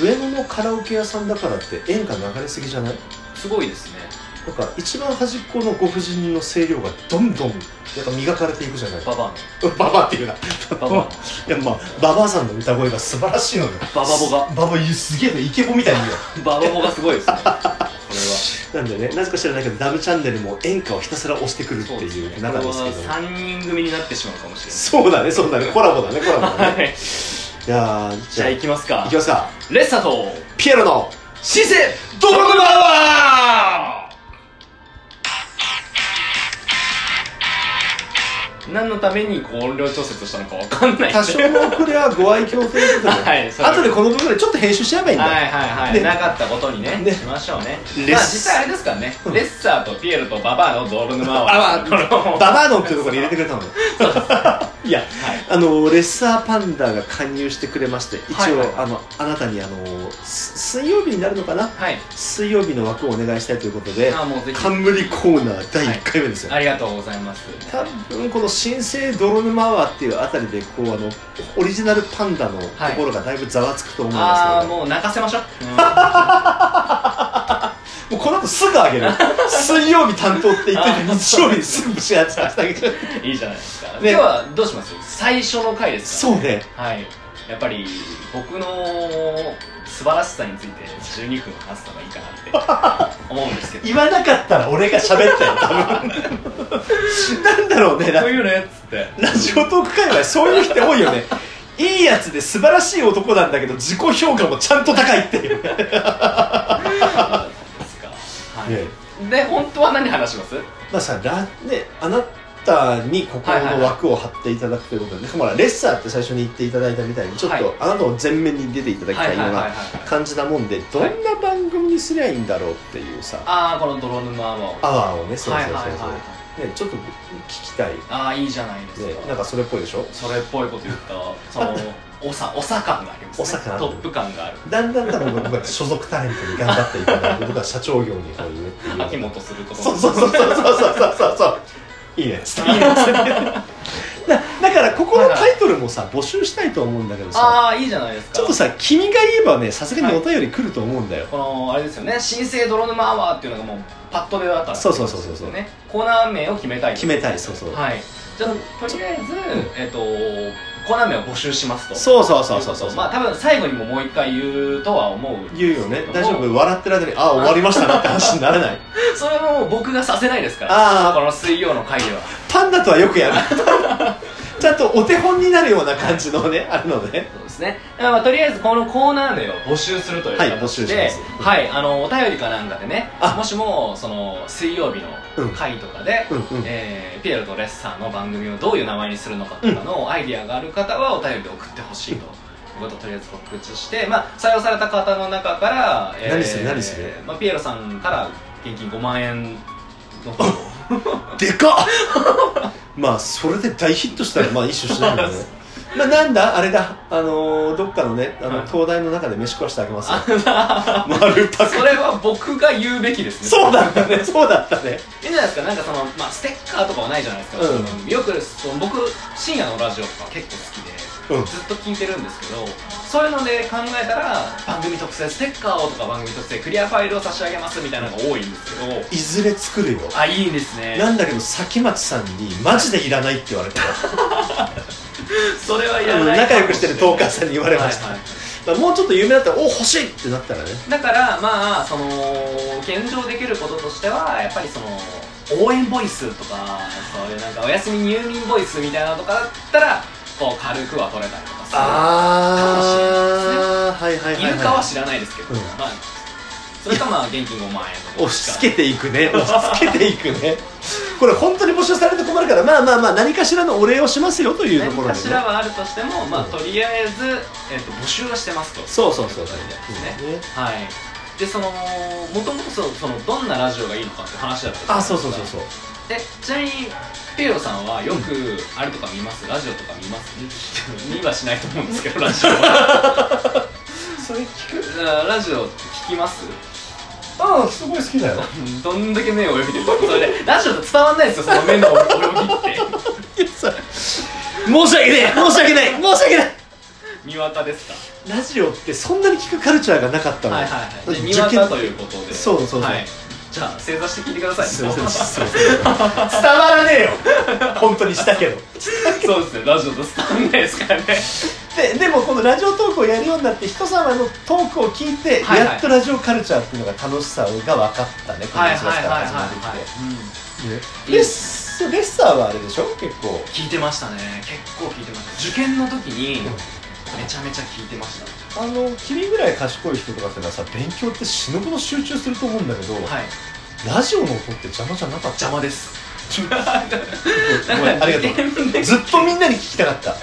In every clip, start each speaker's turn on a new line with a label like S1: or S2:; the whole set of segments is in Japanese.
S1: 上野のカラオケ屋さんだからって円が流れすぎじゃない
S2: すごいですね
S1: なんか一番端っこのご婦人の声量がどんどんなんか磨かれていくじゃない
S2: ババ
S1: ババっていうな
S2: アのババ
S1: いやまあババアさんの歌声が素晴らしいのよ
S2: ババボが
S1: ババすげえイケボみたいに言うよ
S2: ババボがすごいですねこれは
S1: なんでねなぜか知らないけどダブチャンネルも演歌をひたすら押してくるって
S2: そうです
S1: い
S2: ね
S1: う
S2: これ
S1: 中
S2: は
S1: ですけど
S2: 3人組になってしまうかもしれ
S1: そうだねそうだねコラボだねコラボ
S2: な
S1: だね
S2: いはい
S1: じゃあ
S2: じゃあ行きます
S1: 行
S2: か
S1: きますか
S2: レッサーと
S1: ピエロの
S2: シセドラムバー何のためにこう音量調節をしたのかわかんない
S1: 多少の遅れはご愛嬌ということで、
S2: はいそう
S1: 後でこの部分でちょっと編集しちゃえばいいんだ、
S2: はいはいはい、
S1: ね
S2: なかったことにね
S1: ね
S2: しましょうね
S1: レッ
S2: まあ実際あれですからねレッサーとピエロとババアのドール沼は
S1: あ
S2: この
S1: ババアのっていうところに入れてくれたのね いや
S2: はい
S1: あのレッサーパンダが加入してくれまして一応、
S2: はいはい
S1: あのあなたにあのす水曜日になるのかな
S2: はい
S1: 水曜日の枠をお願いしたいということで
S2: あもうぜひ
S1: 冠コーナー第1回目ですよ、
S2: ありがとうございます
S1: 多分この「新生泥沼アワー」っていうあたりでこうあのオリジナルパンダのところがだいぶざわつくと思うんですけど、
S2: ああ
S1: も
S2: もう泣かせましょう、うん
S1: うこの後すぐあ げる水曜日担当って言ってて日曜日にすぐぶち合ってあげ る
S2: いいじゃないですか、
S1: ね
S2: 今日はどうします最初の回です
S1: そ
S2: か
S1: うね
S2: らはいやっぱり僕の素晴らしさについて12分話すのがいいか なって思うんですけど
S1: 言わなかったら俺が喋ったよ多分なんだろうねな
S2: そういうねっつって
S1: ラジオトーク界隈そういう人多いよねいいやつで素晴らしい男なんだけど自己評価もちゃんと高いっていうね
S2: ですか、はいで本当は何話します
S1: まあさラねあなたにここ
S2: はいはいはい
S1: の枠を張っていただくということで、ほらレッサーって最初に言っていただいたみたいにちょっと、
S2: はい
S1: あなたを前面に出ていただきたいよう
S2: はい
S1: な
S2: はいはいはい
S1: 感じなもんでどんな番組にすりゃいいんだろうっていうさ、
S2: ああこの泥沼は
S1: アワーをねそう
S2: は
S1: そ
S2: いうはい
S1: そう
S2: はい
S1: そう、
S2: はい
S1: ね、ちょっと聞きたい、ね、
S2: ああいいじゃないですか、
S1: なんかそれっぽいでしょ
S2: それっぽいこと言ったそ のおさおさ感がありますね
S1: おさ感ある
S2: トップ感がある
S1: だんだん多分僕が所属タレントに頑張っていただいて僕は社長業にこういうっていう
S2: 秋元するとこ
S1: そうそうそうそうそうそうそうそういいねつっていいねつってなだからここのタイトルもさ募集したいと思うんだけどさ
S2: ああいいじゃないですか
S1: ちょっとさ君が言えばねさすがにお便り来ると思うんだよ、
S2: このあれですよね新生泥沼アワーっていうのがもうパッと出だったんです
S1: そうそうそうそうそう
S2: ねコーナー名を決めたい
S1: 決めたいそうそう、
S2: はいじゃあとりあえず、えっとコーナー名を募集しますと
S1: そうそうそうそうそう、
S2: まあ多分最後にももう一回言うとは思う
S1: 言うよね大丈
S2: も
S1: 夫笑ってる間にああ終わりましたなって話にならない
S2: それはもう僕がさせないですから こ
S1: ああ
S2: の水曜の回では
S1: パンダとはよくやる ちゃんとお手本になるような感じのねあるので
S2: そうですね、まあまあ、とりあえずこのコーナー名を募集するという
S1: はい
S2: 形で、
S1: 募集します
S2: はいあのお便りかなんかでね
S1: あ
S2: もしもその水曜日の回とかで、
S1: うんうん
S2: えーピエロとレッサーの番組をどういう名前にするのかとかのアイディアがある方はお便りで送ってほしいと。いうことをとりあえず告知して、まあ、採用された方の中から、
S1: 何する何する
S2: まあ、ピエロさんから現金5万円の方を
S1: でかっまあそれで大ヒットしたらまあ一種し ないけどねまあなんだあれだあのーどっかのねあ
S2: は
S1: の
S2: い
S1: 東大の中で飯食わしてあげますよ丸パク
S2: それは僕が言うべきですね
S1: そうだったねそうだったね
S2: いいんじゃないですかなんかその、まあ、ステッカーとかはないじゃないですか、
S1: う
S2: よくその僕深夜のラジオとか結構好き
S1: う
S2: で
S1: ん
S2: ずっと聞いてるんですけどそういうので考えたら番組特製ステッカーをとか番組特製クリアファイルを差し上げますみたいなのが多いんですけど
S1: いずれ作るよ
S2: あいいですね
S1: なんだけど崎町さんにマジでいらないって言われた
S2: それはい
S1: あ
S2: ら
S1: の
S2: ない
S1: 仲良くしてるトーカー
S2: さ
S1: さんに言われました、
S2: はいはい
S1: まあもうちょっと有名だったらお欲しいってなったらね
S2: だからまあその現状できることとしてはやっぱりその応援ボイスとかそういうなんかお休み入眠ボイスみたいなのとかだったらこう軽くは取れたりとかする
S1: ああはいはいはい、
S2: い
S1: はい、
S2: るかは知らないですけど、
S1: うん
S2: まあそれかまあ現金5万円とか
S1: 押し付けていくね押し付けていくねこれ本当に募集されると困るからまあまあまあ何かしらのお礼をしますよというところ
S2: 何か
S1: で、
S2: し
S1: ね
S2: ら、はあるとしても、まあ、
S1: うん
S2: とりあえず、えっと募集はしてますと
S1: そうそうそうそう
S2: といことで
S1: ね
S2: すね、はいでそのもともとそそのどんなラジオがいいのかって話だったじゃない
S1: あ
S2: です
S1: そう
S2: か
S1: そうそうそう
S2: でちなみにペロさんはよくあれとか見ます、ラジオとか見ます 見はしないと思うんですけどラジオ は
S1: それ聞く
S2: あラジオ聞きます
S1: ああすごい好きだよ
S2: どんだけ目を泳ぎでるかそれでラジオだと伝わんないですよその目の泳ぎって
S1: 申し訳ない申し訳ない申し訳ない
S2: にわかですか
S1: ラジオってそんなに聞くカルチャーがなかったの
S2: はい
S1: よ
S2: はいはいでに
S1: 受
S2: わ
S1: 験
S2: かということで
S1: そうそうそう
S2: はい、じゃあ正座して聞いてください
S1: すいませ んすいません伝わらねえよ本当にしたけど
S2: そうですねラジオとスタンレーですからね
S1: ででもこのラジオトークをやるようになって人様のトークを聞いて、
S2: はいはい
S1: やっとラジオカルチャーっていうのが楽しさが分かったねこの1月から始まってきてね
S2: い
S1: レッスレッサーはあれでしょ結構
S2: 聞いてましたね結構聞いてました受験の時に
S1: うん
S2: めちゃめちゃ聞いてました
S1: あの君ぐらい賢い人とかってのはさ勉強って死ぬほど集中すると思うんだけど、
S2: はい
S1: ラジオの音って邪魔じゃなかった
S2: 邪魔です
S1: ごめんありがと
S2: 受験
S1: う
S2: で
S1: ずっとみんなに聞きたかった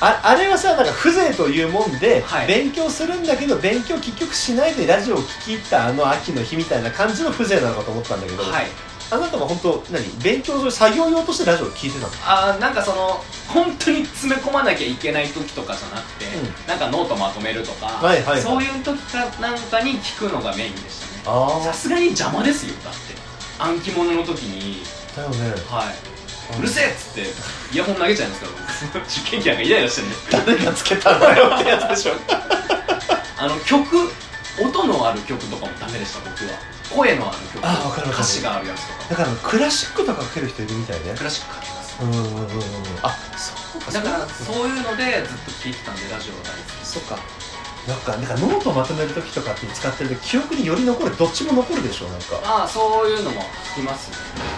S1: ああれはさなんか風情というもんで、
S2: はい
S1: 勉強するんだけど勉強結局しないでラジオを聴き入ったあの秋の日みたいな感じの風情なのかと思ったんだけど、
S2: はい
S1: あなたは本当何勉強上作業用としてラジオを聴いてたの
S2: あーなんかその本当に詰め込まなきゃいけない時とかじゃなくて、
S1: うん
S2: なんかノートまとめるとか、
S1: はいはいはい
S2: そういう時かなんかに聞くのがメインでしたね
S1: あ
S2: さすがに邪魔ですよだって暗記物の時に
S1: だよね
S2: はいうるせえっつってイヤホン投げちゃいますから僕 受験期なんかイライラしてんで
S1: 誰がつけたんだよってやつでしょ
S2: あの曲音のある曲とかもダメでした僕は声のある曲
S1: あわかるわかる
S2: 歌詞があるやつと
S1: だ
S2: か
S1: からクラシックとかかける人いるみたいね
S2: クラシックかけます
S1: うんうんうんうんあそうか
S2: だから
S1: そう
S2: そういうのでずっと聞いてたんでラジオが大好き
S1: そっかなんかなんかノートまとめる時とかって使ってると記憶により残るどっちも残るでしょなんか
S2: まあそういうのも聞きますね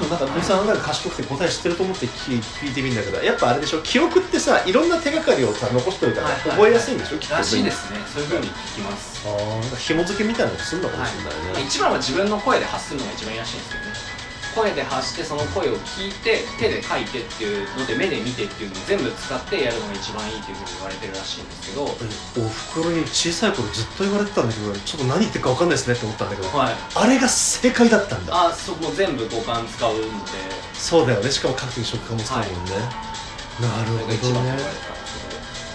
S1: なんか森さんなんか賢くて答え知ってると思って聞い聞いてみるんだけどやっぱあれでしょ記憶ってさいろんな手がかりをさ残しておいたら
S2: はいはい
S1: 覚えやすいんでしょ、きっと
S2: らしいですねそういうふうに聞きます、
S1: あーなんか紐付けみたいなのするのかもしれないね、
S2: まあ一番は自分の声で発するのが一番いいらしいんですけどね声で発してその声を聞いて手で書いてっていうので目で見てっていうのを全部使ってやるのが一番いいっていうふうに言われてるらしいんですけど
S1: えおふくろに小さい頃ずっと言われてたんだけどちょっと何言ってるか分かんないですねって思ったんだけど
S2: はい
S1: あれが正解だったんだ
S2: あそこ全部五感使うんで
S1: そうだよねしかも各種食感も使うもんね、な
S2: それが
S1: る
S2: 一
S1: ほど
S2: 番っ
S1: ね
S2: て言われたんです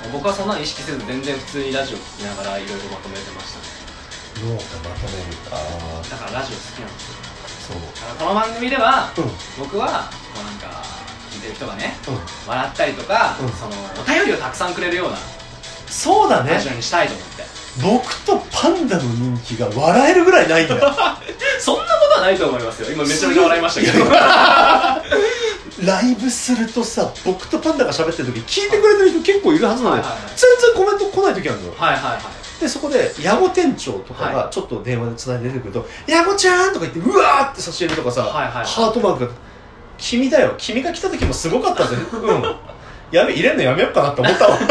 S2: けど僕はそんなの意識せず全然普通にラジオ聞きながらいろいろまとめてましたね
S1: ノートまとめるああ
S2: だからラジオ好きなんですよ
S1: そう
S2: だからこの番組では
S1: うん
S2: 僕はこうなんか聞いてる人がね
S1: うん
S2: 笑ったりとか、
S1: うん
S2: そのお便りをたくさんくれるような
S1: そうだね
S2: ラジオにしたいと思って、
S1: 僕とパンダの人気が笑えるぐらいないんだよ
S2: そんなことはないと思いますよ今めちゃめちゃ笑いましたけ ど
S1: ライブするとさ僕とパンダが喋ってる時聞いてくれてる人結構いるはずなのよ
S2: はいはいはい
S1: 全然コメント来ない時あるのよ
S2: はいはいはい
S1: でそこで矢後店長とかが
S2: は
S1: ちょっと電話でつないで出てくると「矢後ちゃん!」とか言ってうわーって差し入れとかさ、
S2: はいはいはい
S1: ハートマークが「君だよ君が来た時もすごかったぜ」うんやべ入れんのやめようかなって思ったわ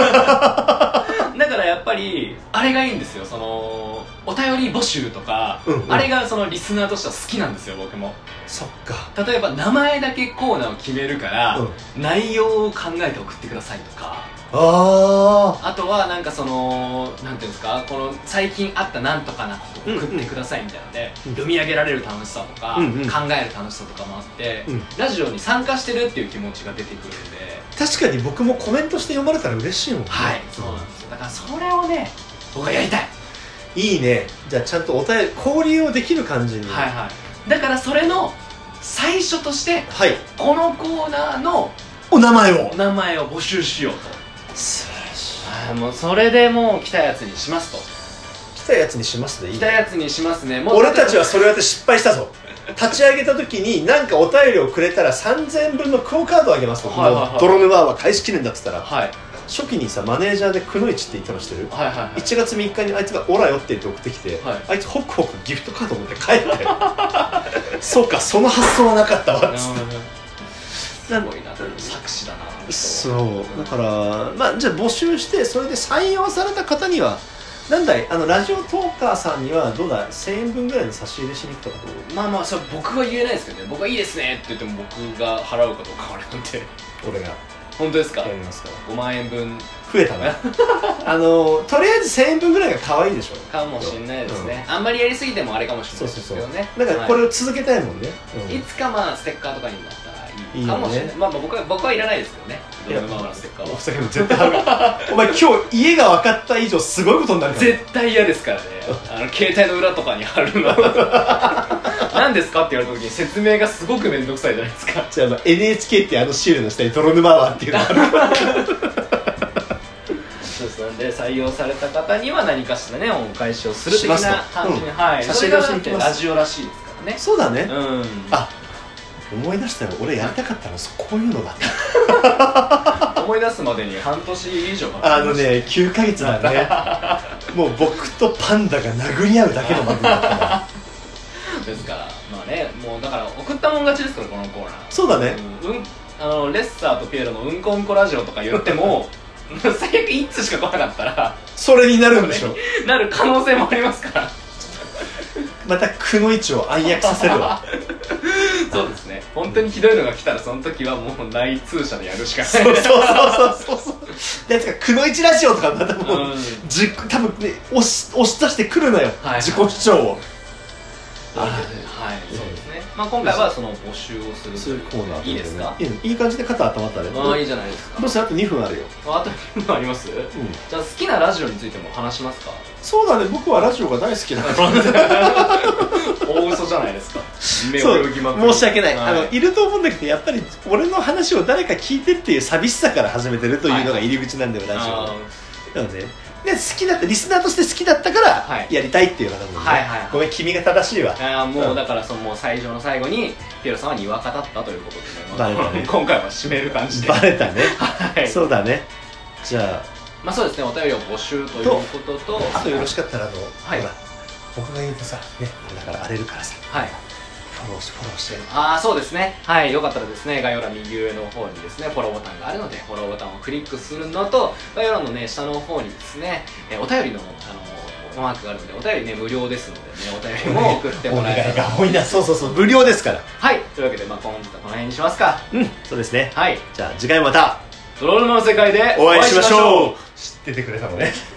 S2: だからやっぱりあれがいいんですよそのお便り募集とか、
S1: うんうん
S2: あれがそのリスナーとしては好きなんですよ僕も
S1: そっか
S2: 例えば名前だけコーナーを決めるから、
S1: うん
S2: 内容を考えて送ってくださいとか
S1: あ
S2: あとはなんかそのなんていうんですかこの最近あったなんとかなことを送ってくださいみたいなので、
S1: うん
S2: 読み上げられる楽しさとか、
S1: うんうん
S2: 考える楽しさとかもあって、
S1: うん
S2: ラジオに参加してるっていう気持ちが出てくるんで、
S1: ー確かに僕もコメントして読まれたら嬉しいもんね
S2: はいそうなんですよだからそれをね僕はやりたい、
S1: いいねじゃあちゃんとお便り交流をできる感じに
S2: はいはいだからそれの最初として
S1: はい
S2: このコーナーの
S1: お名前を
S2: お名前を募集しようと
S1: 素晴らし
S2: あーもうそれでもう来たやつにしますと
S1: い来たやつにしますでいい
S2: 来たやつにしますねもう
S1: 俺たちはそれをやって失敗 したぞ立ち上げた時に何かお便りをくれたら3000円分のクオカードをあげますと、
S2: はいはいはい
S1: もうドロムバーは開始記念だって言ったら
S2: はい
S1: 初期にさマネージャーでくのいちって言ったのしてる
S2: はいはいはい
S1: 1月3日にあいつが「オラよ」って言って送ってきて、
S2: はい
S1: あいつホクホクギフトカード持って帰ってそうかその発想はなかったわっつって
S2: すごいな作詞だな
S1: そうだからまあじゃあ募集してそれで採用された方にはなんだいあのラジオトーカーさんにはどうだ1000円分ぐらいの差し入れしに行くとかどう
S2: まあまあそれ僕は言えないですけどね僕はいいですねって言っても僕が払うかどうかあれなんで
S1: 俺が
S2: 本当ですか
S1: やりますから
S2: 5万円分
S1: 増えたな あのとりあえず1000円分ぐらいが可愛いでしょ
S2: かもしんないですね、あんまりやりすぎてもあれかもしれないですけどね
S1: だからこ
S2: は
S1: れを続けたいもんね、
S2: い、いつかまあステッカーとかになったらいいかもしれない
S1: いよね
S2: まあまあ僕は僕はいらないですけどね
S1: い
S2: ド
S1: や
S2: ラムバーのステッカー
S1: お
S2: は
S1: 酒も絶対貼る からお前今日家が分かった以上すごいことになるから
S2: 絶対嫌ですからねあの携帯の裏とかに貼るのは 何ですかって言われた時に説明がすごく面倒くさいじゃないですか
S1: じゃあまあ NHK ってあのシールの下に泥沼はっていうのがある
S2: そうそ進んで採用された方には何かしらねお返しをする
S1: し
S2: 的
S1: ますと
S2: な感じに、
S1: うん
S2: はい
S1: 差
S2: そ
S1: し
S2: れ
S1: 入れ
S2: が
S1: をし
S2: だ
S1: に行
S2: っ
S1: き
S2: て
S1: ます
S2: ラジオらしいですからね
S1: そうだね、
S2: うん
S1: あ思い出したよ俺やりたかったのそこういうのだった
S2: 思い出すまでに半年以上かか
S1: あのね9ヶ月なんだね もう僕とパンダが殴り合うだけの番組だったから
S2: ですからまあねもうだから送ったもん勝ちですからこのコーナー
S1: そうだね
S2: うん、うんあのレッサーとピエロの「うんこうんこラジオ」とか言っても 最悪一通しか来なかったら
S1: それになるんでしょ
S2: なる可能性もありますから
S1: またくの位置を暗躍させるわ
S2: そうですね本当にひどいのが来たらその時はもう内通者でやるしかない
S1: そうそうそうそうそうでてかくの位置ラジオとかまたもう、
S2: うん
S1: じ多分ね押し押し出してくるのよ、
S2: はい
S1: 自己主張を
S2: はい、そうですね。まあ今回はその募集をする
S1: そういうコーナー
S2: いいですか
S1: いいのいい感じで肩温まったね
S2: ああいいじゃないですか
S1: どうせあと2分あるよ、
S2: ああと2分あります
S1: うん、
S2: じゃあ好きなラジオについても話しますか
S1: そうだね僕はラジオが大好きだから
S2: 大嘘じゃない ですか目
S1: そ
S2: を
S1: う
S2: 泳ぎまく
S1: 申し訳ない、
S2: はい
S1: あのいると思うんだけどやっぱり俺の話を誰か聞いてっていう寂しさから始めてるというのが入り口なんだよ、ラジオ
S2: あ
S1: のなのでで好きだったリスナーとして好きだったから
S2: はい
S1: やりたいっていうのが多分ね、
S2: はいはいはい
S1: ごめん君が正しいわ
S2: ーあーもうだからそのもう最初の最後にピエロさんはにわかだったということでね、まあ
S1: バレ たね
S2: 今回は締める感じで
S1: バレたね、
S2: はい
S1: そうだねじゃあ
S2: まあそうですねお便りを募集ということと
S1: あとよろしかったらあの、
S2: はい
S1: ほら僕が言うとさねあれだから荒れるからさ
S2: はい
S1: フォローしフォローして
S2: ああそうですねはいよかったらですね概要欄右上の方にですねフォローボタンがあるのでフォローボタンをクリックするのと概要欄のね下の方にですね、えーお便りのあのマークがあるのでお便りね無料ですのでねお便りも送ってもらえ
S1: お願い
S2: たら
S1: が多いなそうそうそう無料ですから
S2: はいというわけでまあ今日はこの辺にしますか
S1: うんそうですね
S2: はい
S1: じゃあ次回また
S2: ドロールマンの世界で
S1: お会いしまし
S2: お会い
S1: ょう知っててくれたのね